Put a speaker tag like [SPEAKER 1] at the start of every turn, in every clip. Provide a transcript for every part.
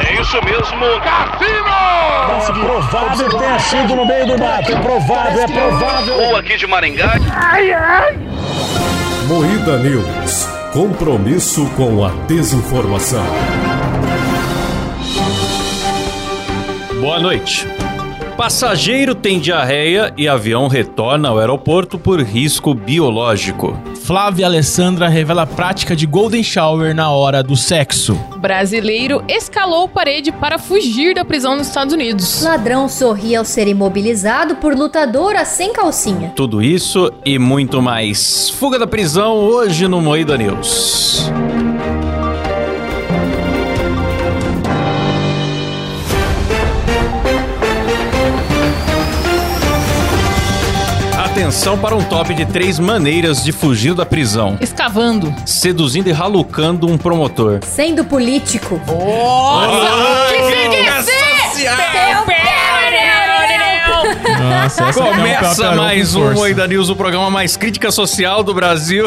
[SPEAKER 1] É isso mesmo, Cassino!
[SPEAKER 2] É provável que tenha sido no meio do mato. É provável, é provável.
[SPEAKER 1] Ou aqui de Maringá.
[SPEAKER 3] Moída News. Compromisso com a desinformação.
[SPEAKER 4] Boa noite. Passageiro tem diarreia e avião retorna ao aeroporto por risco biológico.
[SPEAKER 5] Flávia Alessandra revela a prática de Golden Shower na hora do sexo.
[SPEAKER 6] Brasileiro escalou parede para fugir da prisão nos Estados Unidos.
[SPEAKER 7] Ladrão sorri ao ser imobilizado por lutadora sem calcinha.
[SPEAKER 4] Tudo isso e muito mais. Fuga da prisão hoje no Moída News. Atenção para um top de três maneiras de fugir da prisão:
[SPEAKER 6] Escavando.
[SPEAKER 4] seduzindo e ralucando um promotor.
[SPEAKER 7] Sendo político.
[SPEAKER 6] Nossa, que
[SPEAKER 5] Nossa, essa é
[SPEAKER 4] Começa mais um Moída News, o programa mais crítica social do Brasil.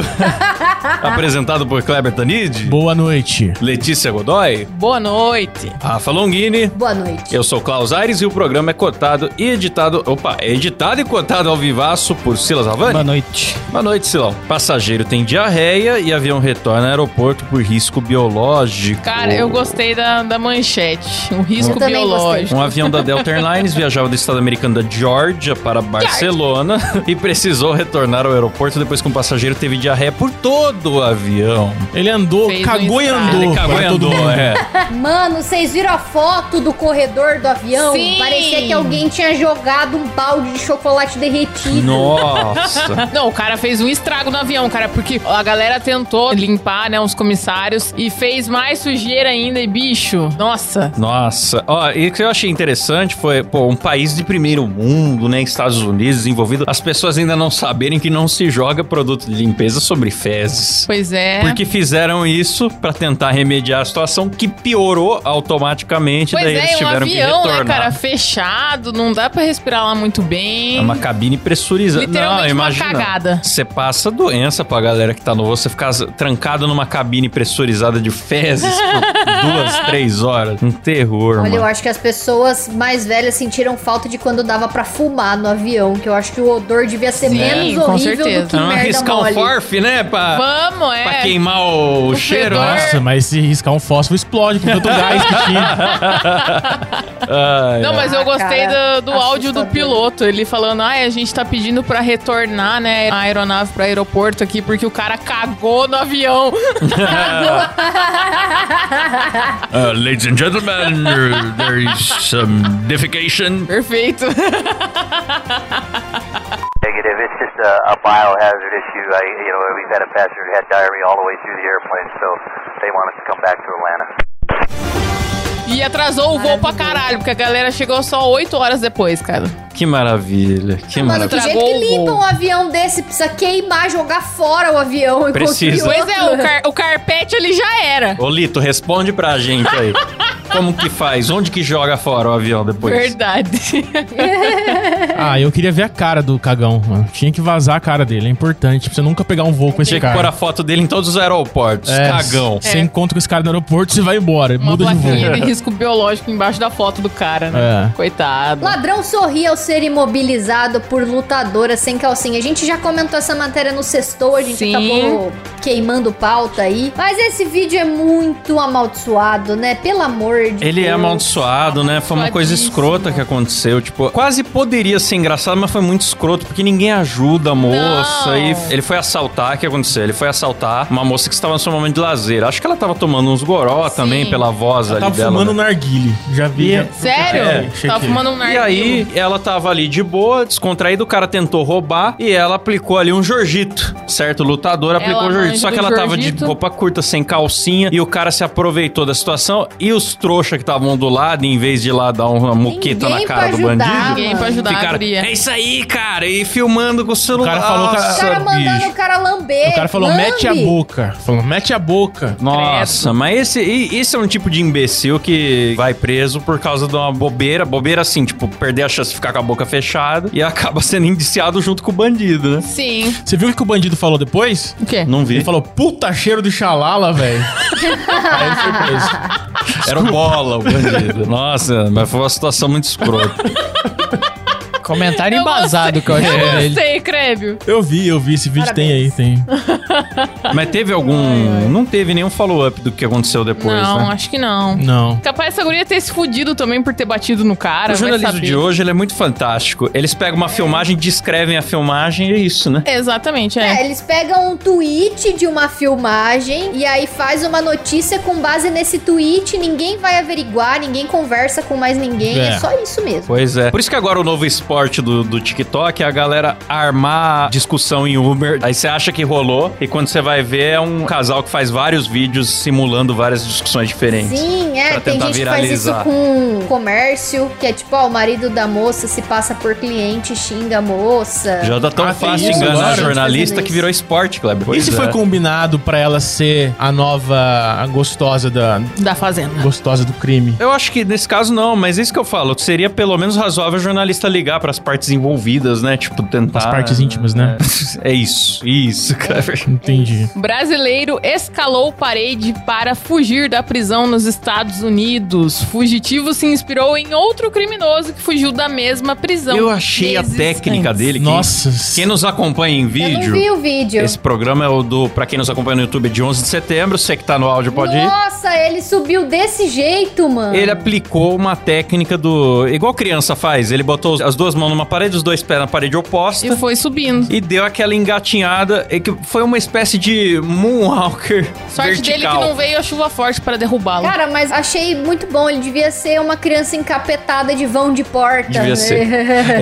[SPEAKER 4] Apresentado por Kleber Tanid,
[SPEAKER 5] Boa noite.
[SPEAKER 4] Letícia Godoy,
[SPEAKER 6] Boa noite.
[SPEAKER 4] Rafa Longini.
[SPEAKER 7] Boa noite.
[SPEAKER 4] Eu sou Klaus Aires e o programa é cotado e editado. Opa, é editado e cotado ao vivaço por Silas Havani.
[SPEAKER 5] Boa noite.
[SPEAKER 4] Boa noite, Silão. Passageiro tem diarreia e avião retorna ao aeroporto por risco biológico.
[SPEAKER 6] Cara, eu gostei da, da manchete. Um risco
[SPEAKER 7] Eu também
[SPEAKER 6] biológico.
[SPEAKER 4] Um avião da Delta Airlines viajava do estado americano da Georgia para Barcelona e precisou retornar ao aeroporto depois que um passageiro teve diarreia por todo o avião.
[SPEAKER 5] Ele andou,
[SPEAKER 6] Fez um
[SPEAKER 5] cagou e
[SPEAKER 6] estrago.
[SPEAKER 5] andou.
[SPEAKER 4] Ele cagou
[SPEAKER 5] pra
[SPEAKER 4] e
[SPEAKER 5] todo
[SPEAKER 4] andou,
[SPEAKER 5] mundo.
[SPEAKER 4] é.
[SPEAKER 7] Mano, vocês viram a foto do corredor do avião?
[SPEAKER 6] Sim.
[SPEAKER 7] Parecia que alguém tinha jogado um balde de chocolate derretido.
[SPEAKER 4] Nossa.
[SPEAKER 6] Não, o cara fez um estrago no avião, cara, porque a galera tentou limpar, né, uns comissários e fez mais sujeira ainda e bicho. Nossa.
[SPEAKER 4] Nossa, ó, e o que eu achei interessante foi, pô, um país de primeiro mundo, né, Estados Unidos, desenvolvido, as pessoas ainda não saberem que não se joga produto de limpeza sobre fezes.
[SPEAKER 6] Pois é.
[SPEAKER 4] Porque fizeram isso pra tentar remediar a situação que piorou automaticamente,
[SPEAKER 6] Pois
[SPEAKER 4] daí eles
[SPEAKER 6] é, um
[SPEAKER 4] tiveram
[SPEAKER 6] avião,
[SPEAKER 4] que
[SPEAKER 6] né,
[SPEAKER 4] retornar.
[SPEAKER 6] cara, fechado, não dá pra respirar lá muito bem.
[SPEAKER 4] É uma cabine pressurizada.
[SPEAKER 6] Literalmente
[SPEAKER 4] não,
[SPEAKER 6] uma
[SPEAKER 4] imagina.
[SPEAKER 6] cagada.
[SPEAKER 4] Você passa doença pra galera que tá no voo, você ficar trancado numa cabine pressurizada de fezes por duas, três horas. Um terror,
[SPEAKER 7] Olha, eu
[SPEAKER 4] mano.
[SPEAKER 7] acho que as pessoas mais velhas sentiram falta de quando dava pra fumar no avião, que eu acho que o odor devia ser
[SPEAKER 6] Sim,
[SPEAKER 7] menos
[SPEAKER 6] com
[SPEAKER 7] horrível
[SPEAKER 6] certeza.
[SPEAKER 7] do que
[SPEAKER 4] Não,
[SPEAKER 7] merda
[SPEAKER 4] arriscar um
[SPEAKER 7] mole.
[SPEAKER 4] forfe, né? Pra,
[SPEAKER 6] Vamos, é.
[SPEAKER 4] pra queimar o,
[SPEAKER 6] O
[SPEAKER 4] cheiro.
[SPEAKER 6] fedor.
[SPEAKER 4] né?
[SPEAKER 5] Nossa, mas se riscar um fósforo explode com tanto gás que tinha.
[SPEAKER 4] Ai,
[SPEAKER 6] Não,
[SPEAKER 4] ai.
[SPEAKER 6] mas eu
[SPEAKER 7] Ah,
[SPEAKER 6] gostei
[SPEAKER 7] cara,
[SPEAKER 6] do, do áudio do
[SPEAKER 7] assustador.
[SPEAKER 6] piloto. Ele falando, ah, a gente tá pedindo pra retornar, né, a aeronave pra aeroporto aqui, porque o cara cagou no avião.
[SPEAKER 4] Uh, ladies and gentlemen, there is some defecation.
[SPEAKER 6] Perfeito.
[SPEAKER 8] Negative. It's just a, a biohazard issue. I, you know, we've had a passenger who had diarrhea all the way through the airplane, so they wanted to come back to Atlanta.
[SPEAKER 6] E atrasou o voo pra caralho, porque a galera chegou só 8 horas depois, cara.
[SPEAKER 4] Que maravilha, que
[SPEAKER 7] Mano, do
[SPEAKER 4] maravilha.
[SPEAKER 7] jeito que
[SPEAKER 6] Tragou o
[SPEAKER 7] limpa
[SPEAKER 6] voo.
[SPEAKER 7] um avião desse, precisa queimar, jogar fora o avião. enquanto
[SPEAKER 4] Precisa.
[SPEAKER 7] que
[SPEAKER 6] Pois é, o,
[SPEAKER 7] outro-
[SPEAKER 6] car- o carpete ele já era.
[SPEAKER 4] Ô, Lito, responde pra gente aí. Como que faz? Onde que joga fora o avião depois?
[SPEAKER 6] Verdade.
[SPEAKER 5] Ah, eu queria ver a cara do cagão, mano. Tinha que vazar a cara dele, é importante. Pra você nunca pegar um voo com esse
[SPEAKER 4] Tinha que pôr a
[SPEAKER 5] cara.
[SPEAKER 4] foto dele em todos os aeroportos.
[SPEAKER 5] É,
[SPEAKER 4] Cagão.
[SPEAKER 5] Você encontra com esse cara no aeroporto, você vai embora.
[SPEAKER 6] Uma
[SPEAKER 5] muda de voo.
[SPEAKER 6] plaquinha de risco biológico embaixo da foto do cara, né?
[SPEAKER 5] É.
[SPEAKER 6] Coitado.
[SPEAKER 7] Ladrão sorri ao ser imobilizado por lutadora sem calcinha. A gente já comentou essa matéria no sextou, a gente
[SPEAKER 6] Sim.
[SPEAKER 7] acabou queimando pauta aí. Mas esse vídeo é muito amaldiçoado, né? Pelo amor de
[SPEAKER 4] Ele é
[SPEAKER 7] Deus.
[SPEAKER 4] amaldiçoado, né? Foi uma coisa escrota que aconteceu. Tipo, quase poderia ser engraçado, mas foi muito escroto, porque ninguém ajuda a moça.
[SPEAKER 6] Não.
[SPEAKER 4] E ele foi assaltar, o que aconteceu? Ele foi assaltar uma moça que estava no seu momento de lazer. Acho que ela estava tomando uns goró também, pela voz ali
[SPEAKER 5] Tava
[SPEAKER 4] dela.
[SPEAKER 5] Tá fumando
[SPEAKER 4] né?
[SPEAKER 5] narguile. Já vi.
[SPEAKER 4] E-
[SPEAKER 5] já-
[SPEAKER 6] Sério?
[SPEAKER 5] É,
[SPEAKER 6] Tava
[SPEAKER 5] chequei.
[SPEAKER 6] fumando um
[SPEAKER 4] E
[SPEAKER 6] narguilho.
[SPEAKER 4] aí, ela tava ali de boa, descontraída, o cara tentou roubar e ela aplicou ali um jorgito, certo? O lutador aplicou o
[SPEAKER 6] manja
[SPEAKER 4] jorgito. Só
[SPEAKER 6] do
[SPEAKER 4] que ela tava de
[SPEAKER 6] jorgito.
[SPEAKER 4] roupa curta, sem calcinha, e o cara se aproveitou da situação. E os trouxas que estavam do lado, em vez de ir lá dar uma muqueta
[SPEAKER 7] Ninguém
[SPEAKER 4] Tá na cara
[SPEAKER 7] pra
[SPEAKER 4] do
[SPEAKER 7] ajudar,
[SPEAKER 4] bandido,
[SPEAKER 6] Ninguém pra ajudar a
[SPEAKER 4] ficaram.
[SPEAKER 6] guria.
[SPEAKER 4] É isso aí, cara! E filmando com o celular.
[SPEAKER 5] cara falou que
[SPEAKER 7] O
[SPEAKER 5] a-
[SPEAKER 4] Nossa,
[SPEAKER 7] cara mandando
[SPEAKER 4] bicho.
[SPEAKER 7] o cara lamber.
[SPEAKER 5] O cara falou,
[SPEAKER 7] É, lambe.
[SPEAKER 5] mete a boca. Falou, mete a boca.
[SPEAKER 4] Nossa, mas esse, e- esse é um tipo de imbecil que vai preso por causa de uma bobeira. Bobeira assim, tipo, perder a chance de ficar com a boca fechada e acaba sendo indiciado junto com o bandido, né?
[SPEAKER 6] Sim.
[SPEAKER 5] Você viu o que o bandido falou depois?
[SPEAKER 6] O quê?
[SPEAKER 4] Não
[SPEAKER 5] Ele
[SPEAKER 4] vi.
[SPEAKER 5] falou, puta cheiro de xalala, velho. Aí ele foi preso.
[SPEAKER 4] Era o Bola, o bandido. Nossa, mas foi uma situação muito escrota.
[SPEAKER 9] Comentário
[SPEAKER 6] Eu
[SPEAKER 9] embasado que eu achei
[SPEAKER 6] Eu
[SPEAKER 5] é.
[SPEAKER 9] dele.
[SPEAKER 6] gostei, Crébio.
[SPEAKER 5] Eu vi, eu vi. Esse vídeo
[SPEAKER 7] Parabéns.
[SPEAKER 5] tem aí, tem.
[SPEAKER 4] Mas teve algum. Não teve nenhum follow-up do que aconteceu depois,
[SPEAKER 6] não,
[SPEAKER 4] né?
[SPEAKER 6] acho que não.
[SPEAKER 5] Não.
[SPEAKER 6] Capaz essa guria ter se fudido também por ter batido no cara.
[SPEAKER 4] O jornalismo
[SPEAKER 6] vai saber.
[SPEAKER 4] de hoje ele é muito fantástico. Eles pegam uma filmagem, descrevem a filmagem e é isso, né?
[SPEAKER 6] Exatamente, é.
[SPEAKER 7] É, eles pegam um tweet de uma filmagem e aí faz uma notícia com base nesse tweet. Ninguém vai averiguar, ninguém conversa com mais ninguém. É,
[SPEAKER 5] É.
[SPEAKER 7] só isso mesmo.
[SPEAKER 4] Pois é. Por isso que agora o novo esporte do, do TikTok é a galera armar discussão em Uber. Aí você acha que rolou e quando você vai ver é um casal que faz vários vídeos simulando várias discussões diferentes.
[SPEAKER 7] Sim, é,
[SPEAKER 4] Pra
[SPEAKER 7] tem
[SPEAKER 4] tentar
[SPEAKER 7] gente
[SPEAKER 4] viralizar.
[SPEAKER 7] que faz isso com comércio, que é tipo, ó, o marido da moça se passa por cliente, xinga a moça.
[SPEAKER 4] Já tá tão
[SPEAKER 5] Ah, tem
[SPEAKER 4] fácil
[SPEAKER 5] isso
[SPEAKER 4] enganar
[SPEAKER 5] agora?
[SPEAKER 4] jornalista
[SPEAKER 7] Fazendo
[SPEAKER 4] que virou esporte, Kleber. Pois
[SPEAKER 5] e se
[SPEAKER 4] é.
[SPEAKER 5] foi combinado pra ela ser a nova a gostosa da
[SPEAKER 6] Da Fazenda.
[SPEAKER 5] gostosa do crime?
[SPEAKER 4] Eu acho que nesse caso não, mas é isso que eu falo, seria pelo menos razoável o jornalista ligar pras partes envolvidas, né? Tipo, tentar.
[SPEAKER 5] As partes íntimas, né?
[SPEAKER 4] É isso, isso, Kleber.
[SPEAKER 5] Entendi.
[SPEAKER 6] Brasileiro escalou parede para fugir da prisão nos Estados Unidos. Fugitivo se inspirou em outro criminoso que fugiu da mesma prisão.
[SPEAKER 4] Eu achei a
[SPEAKER 6] meses
[SPEAKER 4] técnica
[SPEAKER 6] antes.
[SPEAKER 4] dele. quem-
[SPEAKER 5] Nossa.
[SPEAKER 4] Quem nos acompanha em
[SPEAKER 7] Eu não
[SPEAKER 4] vídeo.
[SPEAKER 7] vi o vídeo.
[SPEAKER 4] Esse programa é o do, pra quem nos acompanha no YouTube, é de 11 de setembro. Você que tá no áudio pode ir.
[SPEAKER 7] Nossa, ele subiu desse jeito, mano.
[SPEAKER 4] Ele é aplicou uma técnica do. Igual criança faz, ele botou os- as duas mãos numa parede, os dois pés na parede oposta.
[SPEAKER 6] E foi subindo.
[SPEAKER 4] E deu aquela engatinhada, é que foi uma espécie de Moonwalker
[SPEAKER 6] Sorte
[SPEAKER 4] vertical.
[SPEAKER 6] dele que não veio a chuva forte para derrubá-lo.
[SPEAKER 7] Cara, mas achei muito bom. Ele devia ser uma criança encapetada de vão de porta.
[SPEAKER 4] Devia
[SPEAKER 7] né?
[SPEAKER 4] ser.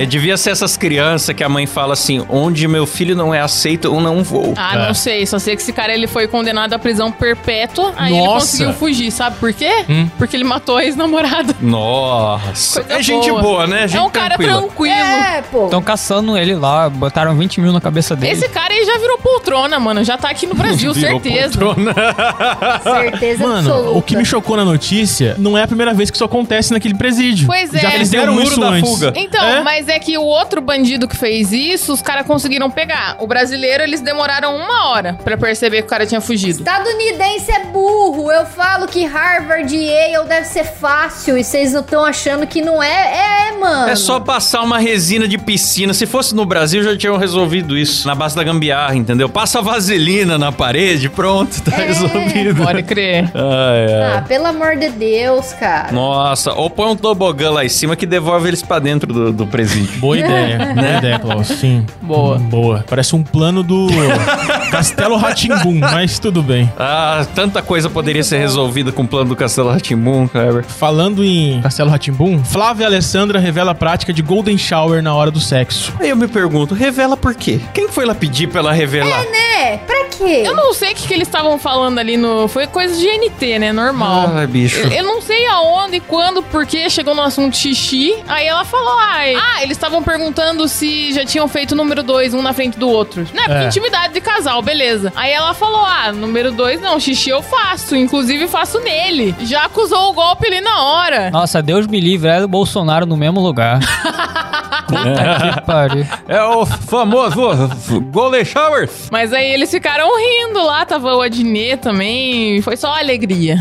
[SPEAKER 4] É, devia ser essas crianças que a mãe fala assim: onde meu filho não é aceito, eu não vou.
[SPEAKER 6] Ah, não sei. Só sei que esse cara ele foi condenado à prisão perpétua. Aí ele
[SPEAKER 5] Nossa.
[SPEAKER 6] conseguiu fugir. Sabe por quê?
[SPEAKER 5] Hum.
[SPEAKER 6] Porque ele matou a ex-namorada.
[SPEAKER 4] Nossa.
[SPEAKER 6] Coisa
[SPEAKER 4] é gente boa,
[SPEAKER 6] boa.
[SPEAKER 4] né? Gente
[SPEAKER 6] É um cara
[SPEAKER 4] tranquila.
[SPEAKER 6] tranquilo.
[SPEAKER 7] É, pô.
[SPEAKER 9] Estão
[SPEAKER 4] Então,
[SPEAKER 9] caçando ele lá, botaram 20 mil na cabeça dele.
[SPEAKER 6] Esse cara aí já virou poltrona, mano. Já tá aqui no Brasil,
[SPEAKER 4] Virou
[SPEAKER 6] certeza.
[SPEAKER 4] poltrona.
[SPEAKER 7] Certeza
[SPEAKER 5] Mano,
[SPEAKER 7] absoluta.
[SPEAKER 5] o que me chocou na notícia não é a primeira vez que isso acontece naquele presídio.
[SPEAKER 6] Pois é.
[SPEAKER 5] Já eles
[SPEAKER 6] Tem
[SPEAKER 4] o
[SPEAKER 5] deram
[SPEAKER 4] um muro
[SPEAKER 5] isso
[SPEAKER 4] da
[SPEAKER 5] antes.
[SPEAKER 4] fuga.
[SPEAKER 6] Então,
[SPEAKER 5] É?
[SPEAKER 6] mas é que o outro bandido que fez isso, os caras conseguiram pegar. O brasileiro, eles demoraram uma hora pra perceber que o cara tinha fugido.
[SPEAKER 7] Estadunidense é burro. Eu falo que Harvard e Yale deve ser fácil e vocês não estão achando que não é. É, mano.
[SPEAKER 4] É só passar uma resina de piscina. Se fosse no Brasil, já tinham resolvido isso. Na base da gambiarra, entendeu? Passa vaselina na parede, pronto, tá
[SPEAKER 6] é.
[SPEAKER 4] resolvido.
[SPEAKER 6] Pode crer.
[SPEAKER 4] Ai,
[SPEAKER 6] É.
[SPEAKER 4] ai.
[SPEAKER 7] Ah, pelo amor de Deus, cara.
[SPEAKER 4] Nossa, ou põe um tobogã lá em cima que devolve eles pra dentro do, do presídio.
[SPEAKER 5] Boa ideia, boa ideia, Klaus. Sim.
[SPEAKER 6] Boa.
[SPEAKER 5] Boa. Parece um plano do Castelo Ratimbum, mas tudo bem.
[SPEAKER 4] Ah, tanta coisa poderia ser resolvida com o plano do Castelo Ratimbun, Kleber.
[SPEAKER 5] Falando em Castelo Ratimbum, Flávia Alessandra revela a prática de Golden Shower na hora do sexo.
[SPEAKER 4] Aí eu me pergunto, revela por quê? Quem foi lá pedir pra ela revelar?
[SPEAKER 7] É, pra quê?
[SPEAKER 6] Eu não sei o que, que eles estavam falando ali no. Foi coisa de NT, né? Normal.
[SPEAKER 4] Ai, bicho.
[SPEAKER 6] Eu, eu não sei aonde, quando, porque chegou no assunto xixi. Aí ela falou, ai. Ah, eles estavam perguntando se já tinham feito o número dois, um na frente do outro. Né? Porque
[SPEAKER 5] É.
[SPEAKER 6] intimidade de casal, beleza. Aí ela falou, ah, número dois não, xixi eu faço. Inclusive faço nele. Já acusou o golpe ali na hora.
[SPEAKER 9] Nossa, Deus me livre, ela e o Bolsonaro no mesmo lugar. Puta que pariu.
[SPEAKER 4] É o famoso Golden Shower.
[SPEAKER 6] Mas aí eles ficaram rindo lá, tava o Adnet também. Foi só alegria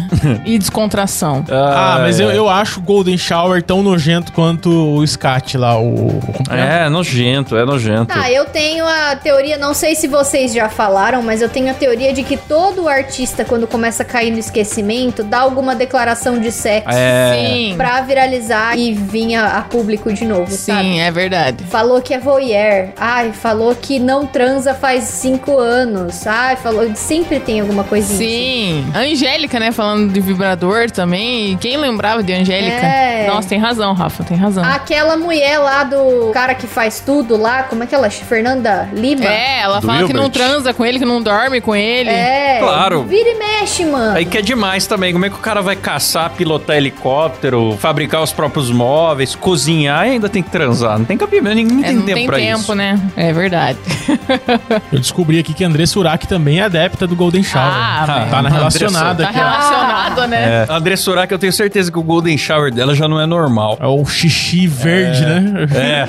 [SPEAKER 6] e descontração.
[SPEAKER 5] Ah, mas
[SPEAKER 4] é.
[SPEAKER 5] eu, eu acho o Golden Shower tão nojento quanto o Scat lá, o.
[SPEAKER 4] É, nojento, é nojento.
[SPEAKER 7] Tá, eu tenho a teoria, não sei se vocês já falaram, mas eu tenho a teoria de que todo artista, quando começa a cair no esquecimento, dá alguma declaração de sexo
[SPEAKER 4] É.
[SPEAKER 6] Sim.
[SPEAKER 7] pra viralizar e vir a, a público de novo, sabe?
[SPEAKER 6] Sim, é verdade.
[SPEAKER 7] Falou que é voyeur. Ai, falou que não transa faz cinco anos. Ai, falou. Sempre tem alguma coisinha. assim.
[SPEAKER 6] Sim. A Angélica, né, falando de vibrador também. Quem lembrava de Angélica?
[SPEAKER 7] É. Ah,
[SPEAKER 6] Nossa, tem razão, Rafa, tem razão.
[SPEAKER 7] Aquela mulher lá do cara que faz tudo lá, como é que ela? é? Fernanda Lima?
[SPEAKER 6] É, ela
[SPEAKER 4] Do
[SPEAKER 6] fala que não
[SPEAKER 4] Hilbert.
[SPEAKER 6] transa com ele, que não dorme com ele.
[SPEAKER 7] É.
[SPEAKER 4] Claro.
[SPEAKER 7] Vira e mexe, mano.
[SPEAKER 4] Aí que é demais também. Como é que o cara vai caçar, pilotar helicóptero, fabricar os próprios móveis, cozinhar e ainda tem que transar? Não Tem cabimento, ninguém
[SPEAKER 6] É,
[SPEAKER 4] tem
[SPEAKER 6] não
[SPEAKER 4] tempo
[SPEAKER 6] tem
[SPEAKER 4] pra
[SPEAKER 6] tempo,
[SPEAKER 4] isso.
[SPEAKER 6] né? É verdade.
[SPEAKER 5] Eu descobri aqui que André Surak também é adepta do Golden Shower.
[SPEAKER 6] Ah,
[SPEAKER 5] tá
[SPEAKER 6] velho.
[SPEAKER 5] na relacionada
[SPEAKER 6] Tá
[SPEAKER 5] aqui, ó.
[SPEAKER 6] relacionada, né?
[SPEAKER 4] É, a Dressura, que eu tenho certeza que o Golden Shower dela já não é normal.
[SPEAKER 5] É o xixi verde, né?
[SPEAKER 4] É,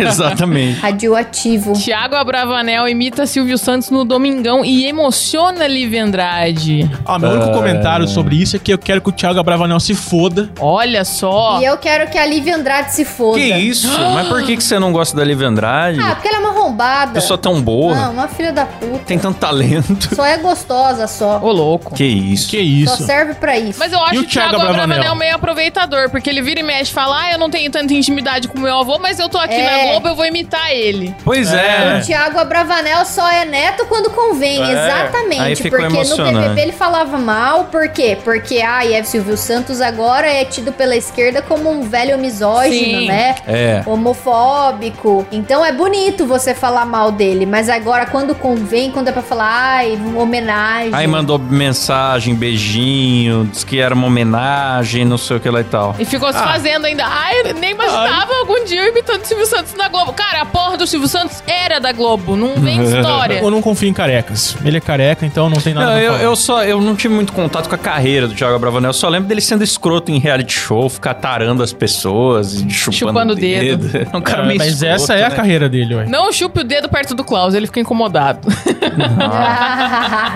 [SPEAKER 4] exatamente.
[SPEAKER 7] Radioativo.
[SPEAKER 6] Tiago Abravanel imita Silvio Santos no Domingão e emociona Liv Andrade.
[SPEAKER 5] Ah, meu único comentário sobre isso é que eu quero que o Thiago Abravanel se foda.
[SPEAKER 6] Olha só.
[SPEAKER 7] E eu quero que a Lívia Andrade se foda.
[SPEAKER 4] Que isso? Mas por que, que você não gosta da Liv Andrade?
[SPEAKER 7] Ah, porque ela é uma arrombada.
[SPEAKER 4] Pessoa tão boa,
[SPEAKER 7] Não, uma filha da puta.
[SPEAKER 4] tem tanto talento.
[SPEAKER 7] Só é gostosa só.
[SPEAKER 6] Ô, louco.
[SPEAKER 4] Que isso?
[SPEAKER 5] Que
[SPEAKER 7] Só
[SPEAKER 5] isso?
[SPEAKER 7] serve pra isso.
[SPEAKER 6] Mas eu
[SPEAKER 5] E
[SPEAKER 6] acho
[SPEAKER 5] o
[SPEAKER 6] o Thiago,
[SPEAKER 5] Thiago
[SPEAKER 6] Abravanel
[SPEAKER 5] Abravanel?
[SPEAKER 6] meio aproveitador, porque ele vira e mexe e fala: Ah, eu não tenho tanta intimidade com meu avô, mas eu tô aqui
[SPEAKER 7] É.
[SPEAKER 6] na Globo, eu vou imitar ele.
[SPEAKER 4] Pois é.
[SPEAKER 7] O Tiago Abravanel só é neto quando convém,
[SPEAKER 4] É, aí
[SPEAKER 7] exatamente.
[SPEAKER 4] ficou
[SPEAKER 7] Porque no
[SPEAKER 4] emocionante.
[SPEAKER 7] BBB ele falava mal, por quê? Porque, ai, é Silvio Santos agora é tido pela esquerda como um velho misógino,
[SPEAKER 6] Sim.
[SPEAKER 7] né?
[SPEAKER 4] É.
[SPEAKER 7] Homofóbico. Então é bonito você falar mal dele, mas agora quando convém, quando é pra falar, ai, uma homenagem.
[SPEAKER 4] Aí mandou mensagem, beijinho, disse que era uma homenagem, não sei o que lá e tal.
[SPEAKER 6] E ficou se fazendo ainda. Ai, eu nem imaginava algum dia eu imitando o Silvio Santos na Globo. Cara, a porra do Silvio Santos era da Globo, não vem história.
[SPEAKER 5] Eu não confio em carecas. Ele é careca, então não tem nada
[SPEAKER 4] Não,
[SPEAKER 5] pra
[SPEAKER 4] eu,
[SPEAKER 5] falar.
[SPEAKER 4] eu só eu não tive muito contato com a carreira do Thiago Abravanel. Eu só lembro dele sendo escroto em reality show, ficar tarando as pessoas e chupando,
[SPEAKER 6] Chupando o
[SPEAKER 4] o dedo. É um cara
[SPEAKER 5] Ah,
[SPEAKER 4] meio
[SPEAKER 5] mas
[SPEAKER 4] escroto,
[SPEAKER 5] essa é a
[SPEAKER 4] né?
[SPEAKER 5] carreira dele, ué.
[SPEAKER 6] Não chupe o dedo perto do Klaus, ele fica incomodado.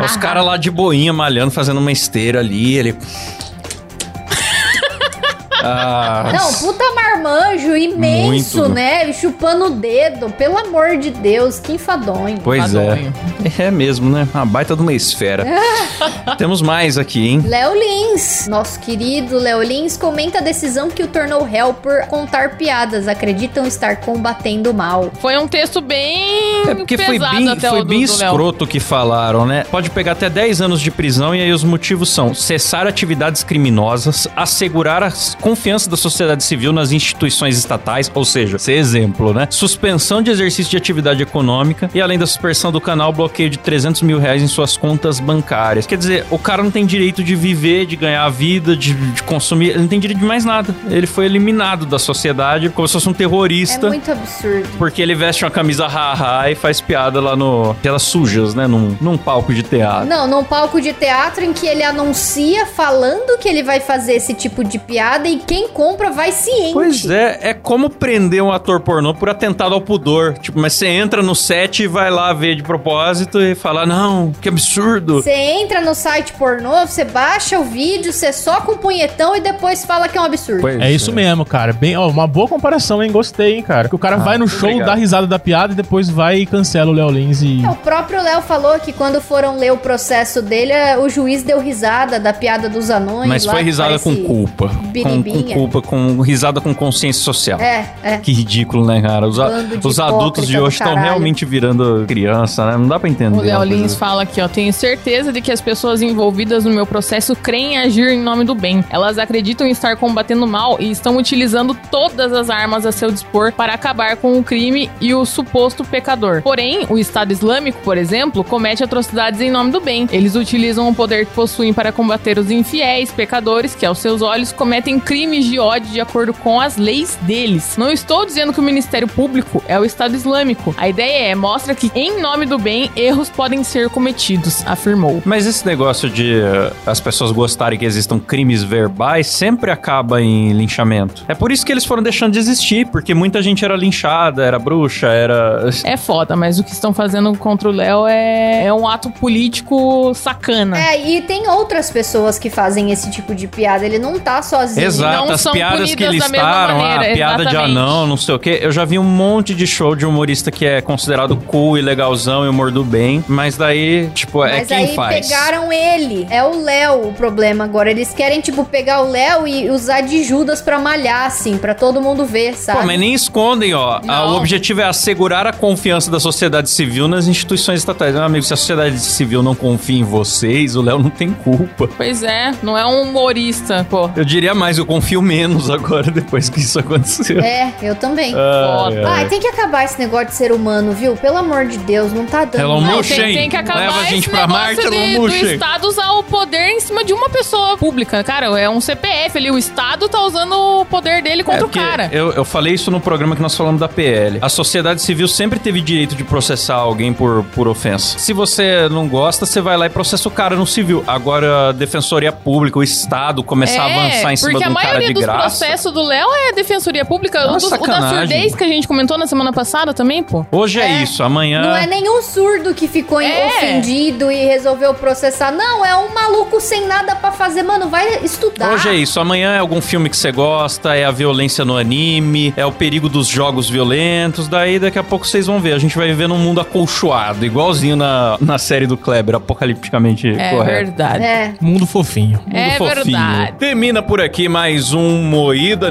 [SPEAKER 4] Os caras lá de boinha malhando, fazendo uma esteira ali, ele. Ah,
[SPEAKER 7] Não, puta marmanjo imenso,
[SPEAKER 4] Muito.
[SPEAKER 7] né? Chupando o dedo. Pelo amor de Deus, que enfadonho.
[SPEAKER 4] pois
[SPEAKER 6] Adonho.
[SPEAKER 4] é. É mesmo, né? Uma baita de uma esfera. Temos mais aqui, hein?
[SPEAKER 7] Léo Lins, nosso querido Léo Lins, comenta a decisão que o tornou réu por contar piadas. Acreditam estar combatendo o mal.
[SPEAKER 6] Foi um texto bem
[SPEAKER 4] É porque foi
[SPEAKER 6] pesado
[SPEAKER 4] bem,
[SPEAKER 6] até
[SPEAKER 4] foi
[SPEAKER 6] o do,
[SPEAKER 4] bem
[SPEAKER 6] do Léo.
[SPEAKER 4] escroto o que falaram, né? Pode pegar até 10 anos de prisão e aí os motivos são cessar atividades criminosas, assegurar a s- confiança da sociedade civil nas instituições estatais, ou seja, ser exemplo, né? Suspensão de exercício de atividade econômica e além da suspensão do canal, bloqueio de 300 mil reais em suas contas bancárias. Quer dizer, o cara não tem direito de viver, de ganhar a vida, de, de consumir, ele não tem direito de mais nada. Ele foi eliminado da sociedade como se fosse um
[SPEAKER 7] É
[SPEAKER 4] terrorista.
[SPEAKER 7] muito absurdo.
[SPEAKER 4] Porque ele veste uma camisa haha e faz piada lá no. Pelas sujas, né? Num, num palco de teatro.
[SPEAKER 7] Não, num palco de teatro em que ele anuncia falando que ele vai fazer esse tipo de piada e quem compra vai ciente.
[SPEAKER 4] Pois é, é como prender um ator pornô por atentado ao pudor. Tipo, mas você entra no set e vai lá ver de propósito e fala: não, que absurdo.
[SPEAKER 7] Você entra no site pornô, você baixa o vídeo, você soca um punhetão e depois fala que é um absurdo.
[SPEAKER 4] Pois
[SPEAKER 5] É isso mesmo, cara. Bem, ó, uma boa comparação, hein? Gostei, hein, cara. Que o cara vai no show,
[SPEAKER 4] Ah, obrigado.
[SPEAKER 5] dá risada da piada e depois vai e cancela o Léo Lins e.
[SPEAKER 7] É, O próprio Léo falou que quando foram ler o processo dele, eh, o juiz deu risada da piada dos anões.
[SPEAKER 4] Mas
[SPEAKER 7] lá,
[SPEAKER 4] foi
[SPEAKER 7] que
[SPEAKER 4] risada com
[SPEAKER 7] parece-
[SPEAKER 4] culpa. Com, com
[SPEAKER 7] biribinha.
[SPEAKER 4] culpa, com risada com consciência social.
[SPEAKER 7] É, é.
[SPEAKER 4] Que ridículo, né, cara? Os, a-
[SPEAKER 7] Bando de
[SPEAKER 4] os adultos de
[SPEAKER 7] hipócrita do
[SPEAKER 4] hoje estão
[SPEAKER 7] caralho.
[SPEAKER 4] realmente virando criança, né? Não dá pra entender.
[SPEAKER 6] O Léo
[SPEAKER 4] uma coisa
[SPEAKER 6] Lins fala aqui, ó. Tenho certeza de que as pessoas envolvidas no meu processo creem em agir em nome do bem. Elas acreditam em estar combatendo o mal e estão utilizando todas as armas a seu dispor para acabar com o crime e o suposto pecador. Porém, o Estado Islâmico, por exemplo, comete atrocidades em nome do bem. Eles utilizam o poder que possuem para combater os infiéis, pecadores, que aos seus olhos cometem crimes de ódio de acordo com as leis deles. Não estou dizendo que o Ministério Público é o Estado Islâmico. A ideia é, mostra que em nome do bem, erros podem ser cometidos, afirmou.
[SPEAKER 4] Mas esse negócio de eh, as pessoas gostarem que existam crimes verbais sempre acaba em linchamento. É por isso que eles foram deixando de existir, porque muita gente era linchada, era bruxa, era.
[SPEAKER 6] É foda, mas o que estão fazendo contra o Léo é, é um ato político sacana.
[SPEAKER 7] É, e tem outras pessoas que fazem esse tipo de piada. Ele não tá sozinho.
[SPEAKER 4] Exato,
[SPEAKER 6] não
[SPEAKER 4] as
[SPEAKER 6] são
[SPEAKER 4] piadas que
[SPEAKER 6] punidas da mesma
[SPEAKER 4] listaram,
[SPEAKER 6] maneira,
[SPEAKER 4] a piada de
[SPEAKER 6] exatamente.
[SPEAKER 4] anão, não sei o quê. Eu já vi um monte de show de humorista que é considerado cool e legalzão e humor do bem, mas daí, tipo, é
[SPEAKER 7] Mas
[SPEAKER 4] quem
[SPEAKER 7] aí
[SPEAKER 4] faz.
[SPEAKER 7] pegaram ele. É o Léo o problema agora. Eles querem, tipo, pegar o Léo e usar de Judas pra malhar, assim, pra todo mundo ver, sabe?
[SPEAKER 4] Pô, mas nem escondem, ó. A-
[SPEAKER 6] Tá. Não.
[SPEAKER 4] o objetivo é assegurar a confiança da sociedade civil nas instituições estatais. Meu amigo, se a sociedade civil não confia em vocês, o Léo não tem culpa.
[SPEAKER 6] Pois é, não é um humorista, pô.
[SPEAKER 4] Eu diria mais, o confio menos agora depois que isso aconteceu.
[SPEAKER 7] É, eu também.
[SPEAKER 4] Ai,
[SPEAKER 7] Ai,
[SPEAKER 4] ai.
[SPEAKER 7] tem que acabar esse negócio de ser humano, viu? Pelo amor de Deus, não tá dando.
[SPEAKER 4] Hello,
[SPEAKER 7] mais.
[SPEAKER 6] Não,
[SPEAKER 4] Shane,
[SPEAKER 6] tem, tem que acabar
[SPEAKER 4] leva a gente
[SPEAKER 6] esse
[SPEAKER 4] pra
[SPEAKER 6] negócio
[SPEAKER 4] Marte,
[SPEAKER 6] de-
[SPEAKER 4] Elon
[SPEAKER 6] do
[SPEAKER 4] Musk.
[SPEAKER 6] Estado usar o poder em cima de uma pessoa pública. Cara, é um CPF ali. O Estado tá usando o poder dele
[SPEAKER 4] É,
[SPEAKER 6] contra o
[SPEAKER 4] porque
[SPEAKER 6] cara.
[SPEAKER 4] Eu, eu falei isso no programa que nós falamos da PL. A sociedade civil sempre teve direito de processar alguém por, por ofensa. Se você não gosta, você vai lá e processa o cara no civil. Agora, a defensoria pública, o Estado começar a avançar em cima
[SPEAKER 6] É, porque
[SPEAKER 4] de
[SPEAKER 6] a
[SPEAKER 4] um cara
[SPEAKER 6] maioria
[SPEAKER 4] de
[SPEAKER 6] dos
[SPEAKER 4] graça.
[SPEAKER 6] processos do Léo é defensoria pública.
[SPEAKER 4] É uma
[SPEAKER 6] o, do- o da
[SPEAKER 4] sacanagem.
[SPEAKER 6] surdez que a gente comentou na semana passada também, pô.
[SPEAKER 4] Hoje é, isso, amanhã.
[SPEAKER 7] Não é nenhum surdo que ficou em-
[SPEAKER 6] É.
[SPEAKER 7] ofendido e resolveu processar. Não, é um maluco sem nada pra fazer. Mano, vai estudar.
[SPEAKER 4] Hoje é isso, amanhã é algum filme que você gosta, é a violência no anime, é o perigo dos jogos violentos, daí daqui a pouco vocês vão ver, a gente vai viver num mundo acolchoado, igualzinho na, na série do Kleber, apocalipticamente
[SPEAKER 6] É
[SPEAKER 4] correto. Um
[SPEAKER 6] verdade.
[SPEAKER 7] É.
[SPEAKER 5] Mundo fofinho.
[SPEAKER 4] Mundo
[SPEAKER 6] É verdade.
[SPEAKER 4] Termina por aqui mais um Moída